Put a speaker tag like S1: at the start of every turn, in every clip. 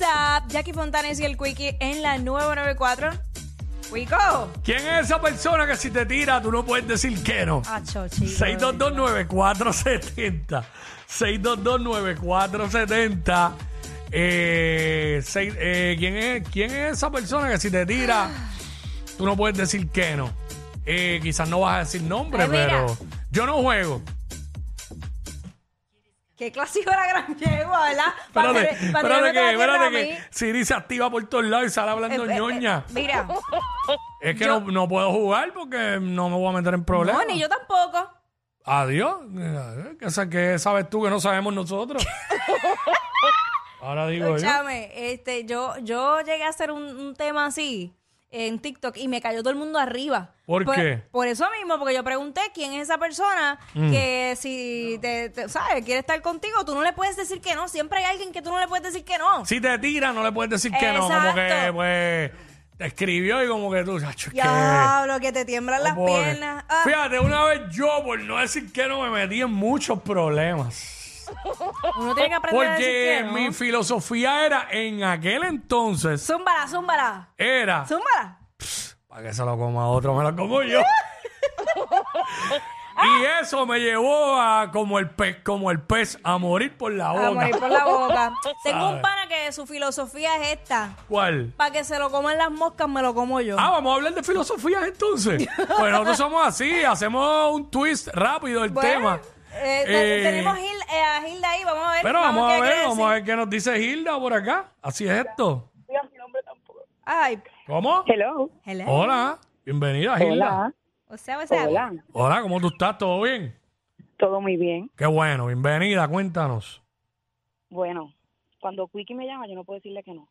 S1: la app Jackie Fontanes y el Quickie en la 994. Quico.
S2: ¿Quién es esa persona que si te tira tú no puedes decir que no?
S1: Acho, chico.
S2: 6229470. 6229470. Eh, seis- eh, ¿quién, es, ¿Quién es esa persona que si te tira tú no puedes decir que no? Eh, quizás no vas a decir nombre,
S1: Ay, mira.
S2: pero yo no juego.
S1: Qué clásico la gran yegua, ¿verdad? Pa'
S2: Espérate,
S1: tener- pa' tenerme
S2: espérate que,
S1: toda la
S2: espérate
S1: tierra a
S2: que Siri se activa por todos lados y sale hablando
S1: mí. Eh, eh,
S2: ñoña.
S1: eh, mira,
S2: es que
S1: yo-
S2: no, no puedo jugar porque no me voy a meter en problemas.
S1: no, ni yo tampoco.
S2: Adiós. Mira, ¿Qué sa- qué sabes tú que no sabemos nosotros? Ahora digo
S1: Pues
S2: yo.
S1: Escúchame, este, yo, yo llegué a hacer un, un tema así en TikTok y me cayó todo el mundo arriba.
S2: ¿Por qué? Mm.
S1: Por eso mismo, porque yo pregunté quién es esa persona que si te, te- ¿sabes? Quiere estar contigo, tú no le puedes decir que no. Siempre hay alguien que tú no le puedes decir que no.
S2: Si te tira, no le puedes decir que no. Como
S1: Exacto.
S2: que, pues, te escribió y como que tú, chacho, es que-
S1: Diablo, que te tiemblan las
S2: como que-
S1: piernas. Ah,
S2: Fíjate, una vez yo, por no decir que no, me metí en muchos problemas.
S1: uno tiene que aprender a decir
S2: Porque
S1: que no.
S2: mi filosofía era, en aquel entonces,
S1: Zúmbala, zúmbala,
S2: era,
S1: zúmbala.
S2: para que se lo coma otro, me lo como yo. y eso me llevó a, como el pez, como el pez, a morir por la boca.
S1: A morir por la boca. Tengo un pana que su filosofía es esta.
S2: ¿Cuál?
S1: Para que se lo coman las moscas, me lo como yo.
S2: Ah, vamos a hablar de filosofías entonces. pues nosotros somos así, hacemos un twist rápido del
S1: Bueno,
S2: tema.
S1: eh,
S2: Eh,
S1: tenemos Gil- eh, a Hilda ahí, vamos a ver.
S2: Pero vamos
S1: qué
S2: a ver,
S1: quiere
S2: vamos a
S1: decir.
S2: ver qué nos dice Hilda por acá. Así es esto.
S3: digas mi nombre tampoco.
S1: Ay,
S2: ¿Cómo?
S3: Hello.
S1: hello.
S2: Hola, bienvenida Hilda.
S3: Hola.
S1: O sea, o sea,
S3: Hola.
S2: Hola, ¿cómo tú estás? ¿Todo bien?
S3: Todo muy bien.
S2: Qué bueno, bienvenida, cuéntanos.
S3: Bueno, cuando Quickie me llama, yo no puedo decirle que no.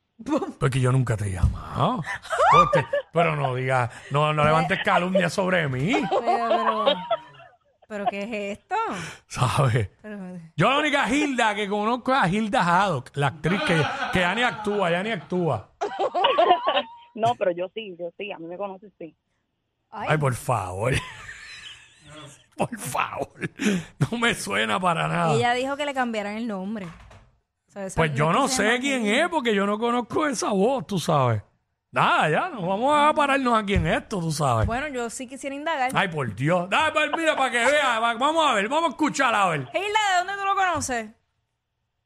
S2: Porque yo nunca te he llamado. Porque- pero no digas, no, no levantes calumnia sobre mí,
S1: Pero, pero, pero ¿qué es esto?
S2: ¿sabes?
S1: Pero-
S2: Yo la única Hilda que conozco es a Hilda Haddock, la actriz que, que ya ni actúa, ya ni actúa.
S3: No, pero yo sí, yo sí, a mí me conoces, sí.
S2: Ay, por favor. Por favor. No me suena para nada.
S1: Ella dijo que le cambiaran el nombre. O sea, esa-
S2: Ah. Pues yo
S1: es que
S2: no
S1: se
S2: sé
S1: llama
S2: quién
S1: Hilda.
S2: es porque yo no conozco esa voz, tú sabes. Nada, ya, nos vamos a pararnos aquí en esto, tú sabes.
S1: Bueno, yo sí quisiera indagar.
S2: Ay, por Dios. Dale, pues, mira, para que vea. va- Vamos a ver, vamos a escuchar, a ver.
S1: Hilda, ¿de dónde tú lo conoces?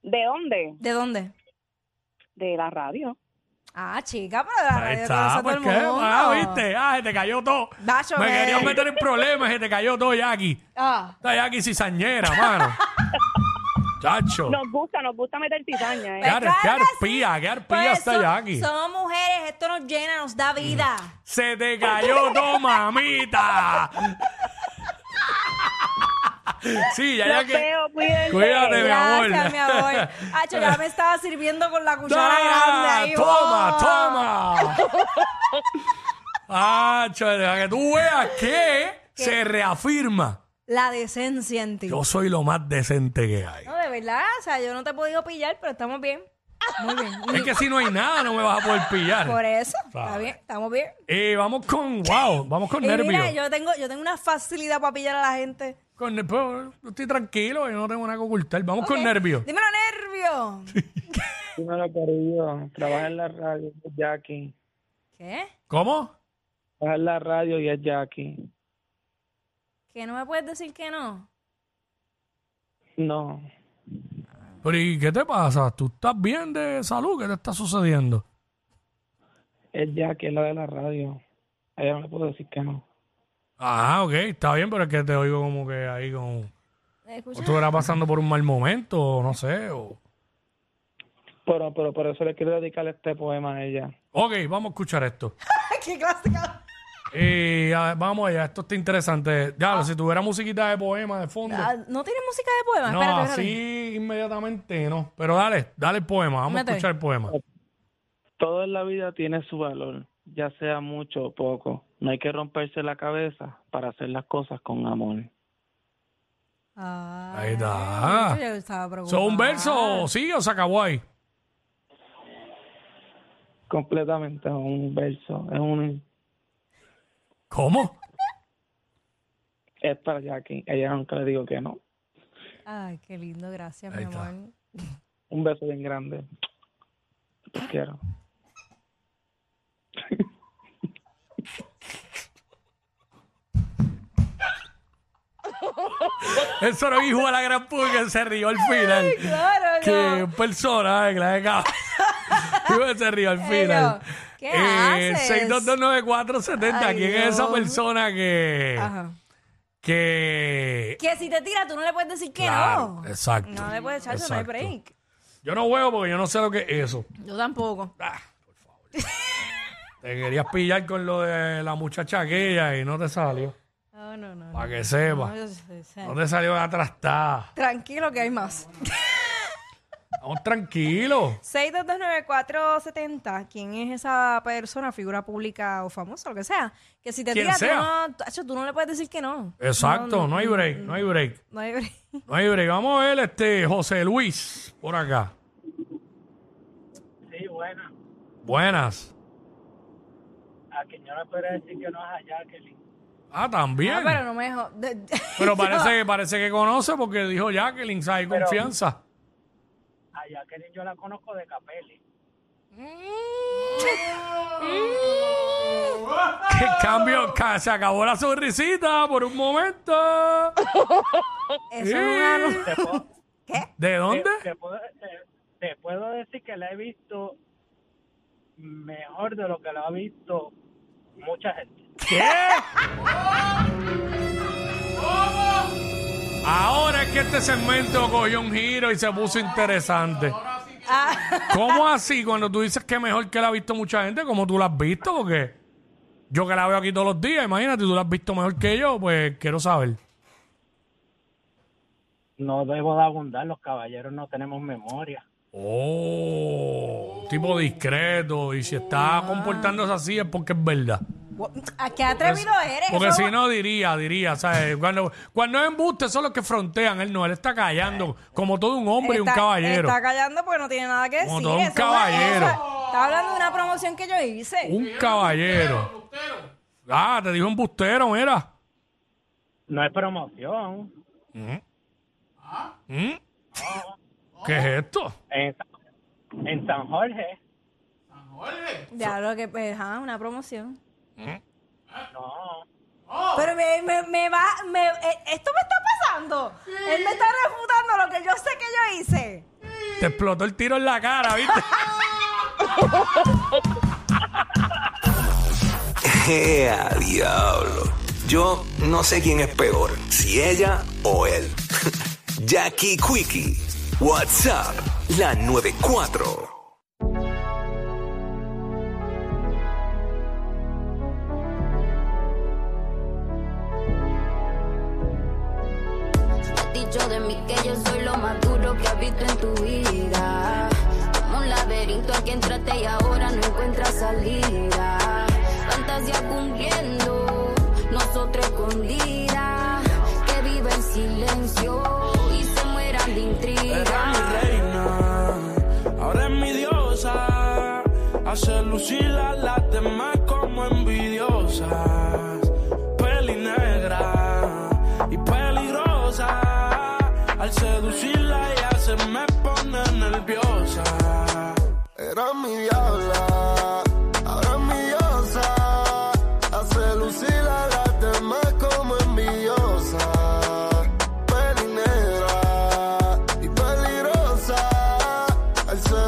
S3: ¿De dónde?
S1: ¿De dónde?
S3: De la radio.
S1: Ah, chica, pero la
S2: Ahí
S1: radio
S2: está,
S1: conoce a todo
S2: ¿por
S1: el
S2: qué?
S1: mundo. eh.
S2: Ah, viste. Ah, se te cayó todo.
S1: Dacho,
S2: Me
S1: que-
S2: querían meter en problemas, se te cayó todo, Jackie.
S1: Ah,
S2: Está Jackie cizañera, mano. Chacho.
S3: Nos gusta, nos gusta meter tizaña,
S2: Qué
S3: ¿eh?
S1: Claro
S2: ar-
S1: que
S2: qué
S1: sí.
S2: arpía, qué arpía
S1: pues
S2: está
S1: so-
S2: Jackie.
S1: Somos mujeres, esto nos llena, nos da vida.
S2: Se te cayó todo, mamita. sí, ya, ya
S3: Los
S2: que.
S3: veo, cuídense.
S2: Cuídate, mi amor.
S1: Gracias, mi amor. Acho, ya me estaba sirviendo con la cuchara grande
S2: Ah,
S1: ahí.
S2: toma,
S1: ¡Oh!
S2: toma. ah, chale, para que tú veas que se reafirma.
S1: La decencia en ti.
S2: Yo soy lo más decente que hay.
S1: No, de verdad, o sea, yo no te he podido pillar, pero estamos bien. Muy bien.
S2: Es que si no hay nada, no me vas a poder
S1: Por e-
S2: pillar.
S1: eso, está
S2: Sabe.
S1: bien, estamos bien.
S2: Eh, vamos con, wow, vamos con
S1: Y mira,
S2: nervios.
S1: yo tengo, yo tengo una facilidad para pillar a la gente.
S2: Con ne- pero yo estoy tranquilo, yo no tengo nada que ocultar. Vamos
S1: Ok.
S2: con nervios.
S1: Dímelo, nervio.
S4: Dímelo, querido. Trabaja en la radio y es Jackie.
S1: ¿Qué?
S2: ¿Cómo?
S4: Trabaja en la radio y es Jackie.
S1: ¿Que no me puedes decir que no?
S4: No.
S2: Pero ¿y qué te pasa? ¿Tú estás bien de salud? ¿Qué te está sucediendo?
S4: Es Jackie, es la de la radio. A ella no le puedo decir que no.
S2: Ah, ok, está bien, pero es que te oigo como que ahí con... O
S1: Escucha.
S2: tú eras pasando por un mal momento, o no sé. O...
S4: Pero, pero por eso le quiero dedicar este poema a ella.
S2: Ok, vamos a escuchar esto.
S1: ¡Qué clásica!
S2: Y a- vamos allá, esto está interesante. Ya, si tuviera musiquita de poema de fondo.
S1: Ah, ¿No tiene música de poema?
S2: no,
S1: Ah, espérate, espérate.
S2: así inmediatamente no. Pero dale, dale el poema, vamos
S1: Mete.
S2: a escuchar el poema.
S4: Todo en la vida tiene su valor, ya sea mucho o poco. No hay que romperse la cabeza para hacer las cosas con amor.
S1: Ah,
S2: Ahí está.
S1: yo estaba preocupada.
S2: ¿Son un
S1: Ah.
S2: verso? ¿Sí o se acabó ahí?
S4: Completamente es un verso. Es un
S2: ¿Cómo?
S4: es para Jackie. A Ella nunca le digo que no.
S1: Ay, qué lindo, gracias,
S2: Ahí
S1: mi
S2: está.
S1: amor.
S4: Un beso bien grande. Te quiero.
S2: Eso no hijo de la gran puta que se rió al final.
S1: Claro,
S2: Qué
S1: no.
S2: persona, eh, que la de cab- Hijo de se rió al final.
S1: ¿qué
S2: eh,
S1: haces?
S2: 6229470.
S1: Ay,
S2: ¿Quién es
S1: Dios.
S2: esa persona que.
S1: Ajá.
S2: que.
S1: Que si te tira, tú no le puedes decir que
S2: Claro,
S1: no.
S2: Exacto.
S1: No le puedes echar, no hay
S2: exacto.
S1: break.
S2: Yo no huevo porque yo no sé lo que es eso.
S1: Yo tampoco.
S2: Ah, por favor. te querías pillar con lo de la muchacha aquella y no te salió.
S1: No, no, no.
S2: Para que sepa.
S1: No, yo sé, sé.
S2: No te salió la trastada.
S1: Tranquilo que hay más.
S2: Vamos tranquilos.
S1: 6229470. ¿Quién es esa persona, figura pública o famosa, lo que sea? Que si te
S2: Quien
S1: tira, tú
S2: sea.
S1: no, tacho, tú no le puedes decir que no.
S2: Exacto, no, hay break, no hay break.
S1: No hay break.
S2: No hay break. Vamos a ver este José Luis por acá.
S5: Sí, buena.
S2: Buenas.
S5: A quien yo le podría decir que no es a Jacqueline.
S2: Ah, también.
S1: Ah, pero
S2: pero
S1: no me dejó. de- de-
S2: parece, que, parece que conoce porque dijo Jacqueline, o sea, hay confianza.
S5: A Jacqueline yo la conozco de Capelli.
S2: Que cambio, ca- se acabó la sonrisita por un momento.
S1: Eso no es
S5: Te puedo,
S2: ¿De dónde?
S5: Te, te puedo, te- te puedo decir que la he visto mejor de lo que la ha visto mucha gente.
S2: ¿Qué? Ahora es que este segmento cogió un giro y se puso interesante.
S1: Ah,
S2: ¿Cómo así? Cuando tú dices que mejor que la ha visto mucha gente, como tú la has visto, porque yo que la veo aquí todos los días, imagínate, tú la has visto mejor que yo, pues quiero saber.
S5: No debo de abundar, los caballeros no tenemos memoria.
S2: Oh, un tipo discreto, y si está
S1: Ah.
S2: comportándose así es porque es verdad.
S1: un- ¿A qué atrevido eres?
S2: Porque
S1: Eso-
S2: si no, diría, diría, ¿sabes? Cuando, cuando es embuste, son los que frontean, él no, él está callando, como todo un hombre y un
S1: Eh. Está-
S2: caballero.
S1: Está callando porque no tiene nada que decir.
S2: Como todo un
S1: Eso es una-
S2: caballero. Uh,
S1: eso- Está hablando de una promoción que yo hice.
S2: Un caballero. Ah, te dijo embustero, mira.
S5: No es promoción.
S2: ¿Mm? ¿Qué es esto?
S5: En, Sa- en San Jorge,
S1: Ya lo que, pues, ajá, una promoción.
S2: ¿Mm?
S5: no.
S1: Pero me, me, me va, me, eh, esto me está pasando. Él me está refutando lo que yo sé que yo hice.
S2: Te explotó el tiro en la cara, ¿viste?
S6: ¡Ea, diablo! Yo no sé quién es peor, si ella o él. Jackie Quickie, WhatsApp, la 94.
S7: dicho de mí que yo soy lo más duro que has visto en tu vida. Como un laberinto a que entraste y ahora no encuentras salida. Fantasía cumpliendo, nosotros escondida. Que vive en silencio y se mueran de
S8: Era
S7: intriga.
S8: mi reina, ahora es mi diosa. Hace lucir a las demás como envidiosas. Peli negra y peligrosa. Al seducirla ella se me pone nerviosa. Era mi diabla, ahora es mi diosa. Hace lucir a las demás como envidiosa. Peli negra y peligrosa. Al ser